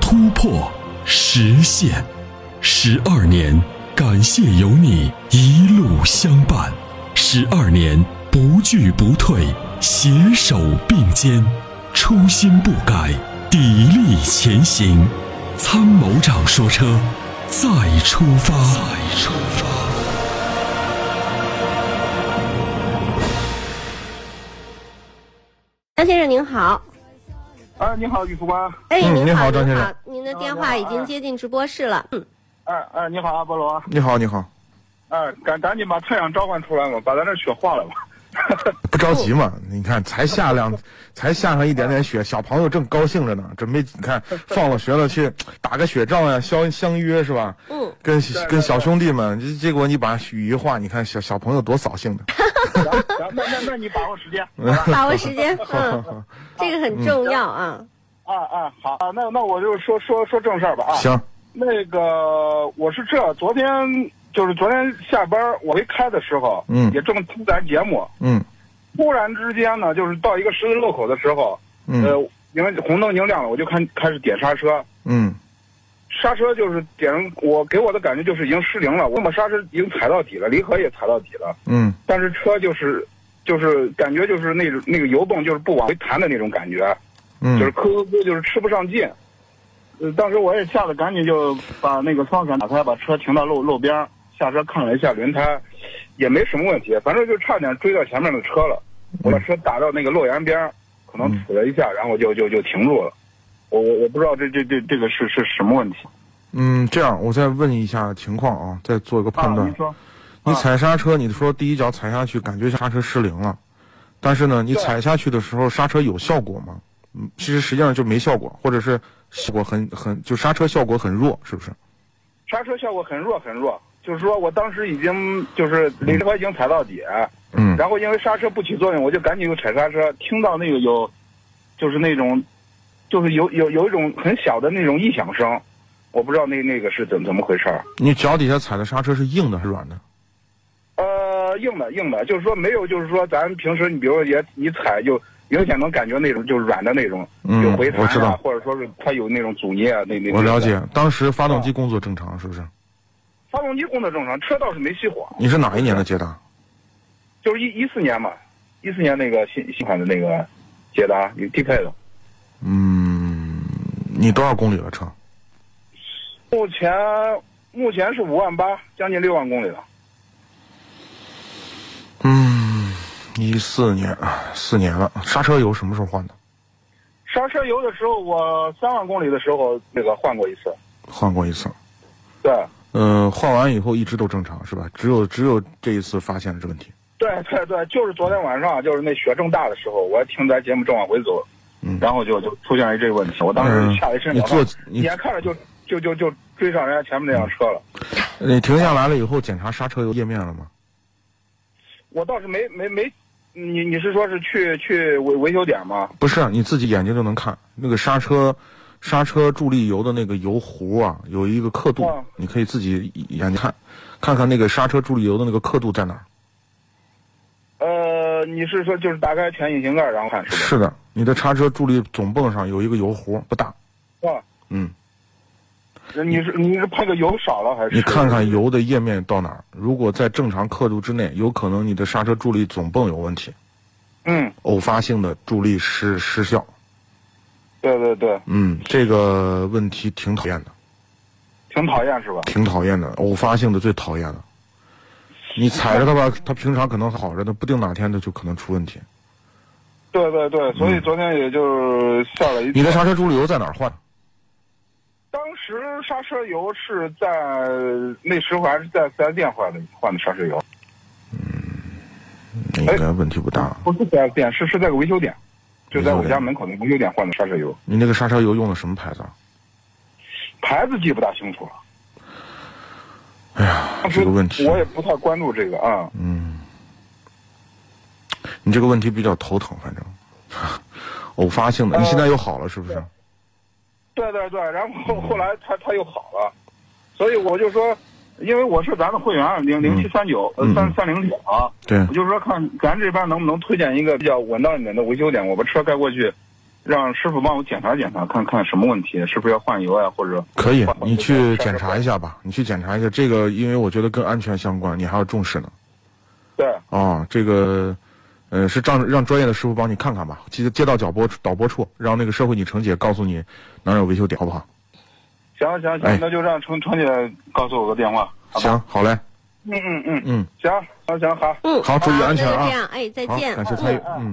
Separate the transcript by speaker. Speaker 1: 突破、实现，十二年，感谢有你一路相伴，十二年不惧不退，携手并肩，初心不改，砥砺前行。”参谋长说：“车，再出发。”再出发。
Speaker 2: 张先生您好，
Speaker 3: 哎，你好，女副官。
Speaker 2: 哎，
Speaker 4: 嗯
Speaker 2: 您
Speaker 4: 您好
Speaker 2: 好，
Speaker 4: 张
Speaker 2: 您
Speaker 4: 先
Speaker 2: 好
Speaker 4: 生，
Speaker 2: 您的电话已经接进直播室了。嗯，
Speaker 3: 哎哎，你好，阿波罗。
Speaker 4: 你好，你好，
Speaker 3: 哎，赶赶紧把太阳召唤出来吧，把咱这雪化 了吧。
Speaker 4: 不着急
Speaker 3: 哦
Speaker 4: 嘛？你看，才 下两，才下上一点点雪，小朋友正高兴着呢，准备你看放了学了去打个雪仗呀、相相约是吧？
Speaker 2: 嗯，
Speaker 4: 跟
Speaker 3: 对
Speaker 4: 跟小兄弟们，结结果你把雨一化，你看小小朋友多扫兴 的。
Speaker 3: 行行，那那那你把握时 间。啊
Speaker 2: 把握时间，嗯，这个很重要啊。
Speaker 3: 啊啊，好啊，那那我就说说说正事儿吧啊。。
Speaker 4: 行，
Speaker 3: 那个我是这，昨天就是昨天下班儿我回开的时候，
Speaker 4: 嗯
Speaker 3: 也正听咱节目，
Speaker 4: 嗯
Speaker 3: 突然之间呢，就是到一个十字路口的时候，
Speaker 4: 嗯
Speaker 3: 呃，因为红灯已经亮了，我就开开始点刹车。
Speaker 4: 嗯
Speaker 3: 刹车就是点，我给我的感觉就是已经失灵了。我把刹车已经踩到底了，离合也踩到底了，
Speaker 4: 嗯
Speaker 3: 但是车就是就是感觉就是那种那个油泵就是不往回弹的那种感觉，就是
Speaker 4: 嗯，
Speaker 3: 磕磕磕，就是吃不上劲。呃，当时我也吓得赶紧就把那个窗户打开，把车停到路路边儿下车看了一下轮胎，也没什么问题，反正就差点追到前面的车了。我把车打到那个路沿边儿，可能呲了一下，然后就就就停住了。我我我不知道这这这这个是是什么问题
Speaker 4: 嗯，这样我再问一下情况啊，再做一个判
Speaker 3: 啊？
Speaker 4: 断
Speaker 3: 您。说。
Speaker 4: 你
Speaker 3: 啊
Speaker 4: 踩刹车，你说第一脚踩下去，感觉刹车失灵了，但是呢，你
Speaker 3: 对
Speaker 4: 踩下去的时候刹车有效果吗？嗯，其实实际上就没效果，或者是效果很很就刹车效果很弱，是不是？
Speaker 3: 刹车效果很弱很弱，就是说我当时已经就是离合已经踩到底，
Speaker 4: 嗯
Speaker 3: 然后因为刹车不起作用，我就赶紧又踩刹车，听到那个有，就是那种，就是有有有一种很小的那种异响声，我不知道那那个是怎怎么回事儿。
Speaker 4: 你脚底下踩的刹车是硬的还是软的？
Speaker 3: 呃，硬的硬的，就是说没有，就是说咱平时你比如说也你踩就明显能感觉那种就是软的那种，
Speaker 4: 嗯
Speaker 3: 有回弹
Speaker 4: 我知
Speaker 3: 啊
Speaker 4: 道，
Speaker 3: 或者说是它有那种阻尼啊，那那
Speaker 4: 我了。
Speaker 3: 那
Speaker 4: 解
Speaker 3: 个，
Speaker 4: 当时发动机
Speaker 3: 哦
Speaker 4: 工作正常，是不是？
Speaker 3: 发动机工作正常，车倒是没熄火。
Speaker 4: 你是哪一年的捷达？
Speaker 3: 就是一一四年嘛，一四年那个新新款的那个捷达，有低配的。
Speaker 4: 嗯，你多少公里了车？
Speaker 3: 目前目前是五万八，将近六万公里了。
Speaker 4: 嗯，一四年，四年了。刹车油什么时候换的？
Speaker 3: 刹车油的时候，我三万公里的时候那个换过一次。
Speaker 4: 换过一次。
Speaker 3: 对
Speaker 4: 呃，换完以后一直都正常，是吧？只有只有这一次发现了这问题。
Speaker 3: 对对对，就是昨天晚上，就是那雪正大的时候，我听咱节目正往回走，
Speaker 4: 嗯
Speaker 3: 然后就就出现了这个问题，我当时吓了一身
Speaker 4: 你
Speaker 3: 冷
Speaker 4: 坐
Speaker 3: 汗，
Speaker 4: 你嗯
Speaker 3: 眼看着就就就就追上人家前面那辆车了。
Speaker 4: 你停下来了以后检查刹车油页面了吗？
Speaker 3: 我倒是没没没，你你是说是去去维维修点吗？
Speaker 4: 不是，你自己眼睛就能看那个刹车刹车助力油的那个油壶啊，有一个刻度
Speaker 3: 嗯，
Speaker 4: 你可以自己眼睛看，看看那个刹车助力油的那个刻度在哪儿。
Speaker 3: 呃，你是说就是打开全引擎盖然后看是吧？
Speaker 4: 是的，你的刹车助力总泵上有一个油壶，不大。
Speaker 3: 啊，
Speaker 4: 嗯，
Speaker 3: 你是你是怕个油少了还是？
Speaker 4: 你看看油的页面到哪儿，如果在正常刻度之内，有可能你的刹车助力总泵有问题，
Speaker 3: 嗯，
Speaker 4: 偶发性的助力失失效。
Speaker 3: 对对对，
Speaker 4: 嗯，这个问题挺讨厌的。
Speaker 3: 挺讨厌是吧？
Speaker 4: 挺讨厌的，偶发性的最讨厌了。你踩着它吧，它平常可能好着呢，不定哪天它就可能出问题。
Speaker 3: 对对对，所以昨天也就下了一。
Speaker 4: 嗯你的刹车助力油在哪儿换？
Speaker 3: 当时刹车油是在那时候还是在四 S 店换的换的刹车油，
Speaker 4: 应该问题不大。
Speaker 3: 不是四 S 店，是是在个维修点，就在我
Speaker 4: 维修
Speaker 3: 家
Speaker 4: 点
Speaker 3: 门口那维修点换的刹车油。
Speaker 4: 你那个刹车油用的什么牌子啊？
Speaker 3: 牌子记不大清楚了。
Speaker 4: 哎呀，这个问题，嗯
Speaker 3: 我也不太关注这个啊。
Speaker 4: 你这个问题比较头疼，反正 偶发性的。你现在又好了是不是？
Speaker 3: 对对对，然后后来他他又好了，所以我就说，因为我是咱的会员零零七三九呃
Speaker 4: 嗯
Speaker 3: 三三零九啊，
Speaker 4: 对
Speaker 3: 我就说看咱这边能不能推荐一个比较稳当一点的维修点，我把车开过去，让师傅帮我检查检查，看看什么问题，是不是要换油啊，或者
Speaker 4: 可以
Speaker 3: 换，
Speaker 4: 你去检查一
Speaker 3: 下。
Speaker 4: 下吧，你去检查一下这个，因为我觉得跟安全相关，你还要重视呢。
Speaker 3: 对，
Speaker 4: 啊，这个，呃，是让让专业的师傅帮你看看吧，接街道导播导播处，让那个社会你程姐告诉你哪儿有维修点，好不好？
Speaker 3: 行行
Speaker 4: 哎
Speaker 3: 行，那就让程程姐告诉我个电话。好吧
Speaker 4: 行，好嘞，
Speaker 3: 嗯嗯嗯
Speaker 4: 嗯，
Speaker 3: 行行行好。
Speaker 2: 嗯，
Speaker 4: 好注意安全啊
Speaker 2: 那就这样，哎，再
Speaker 4: 好，
Speaker 2: 见。
Speaker 4: 感谢参与，嗯。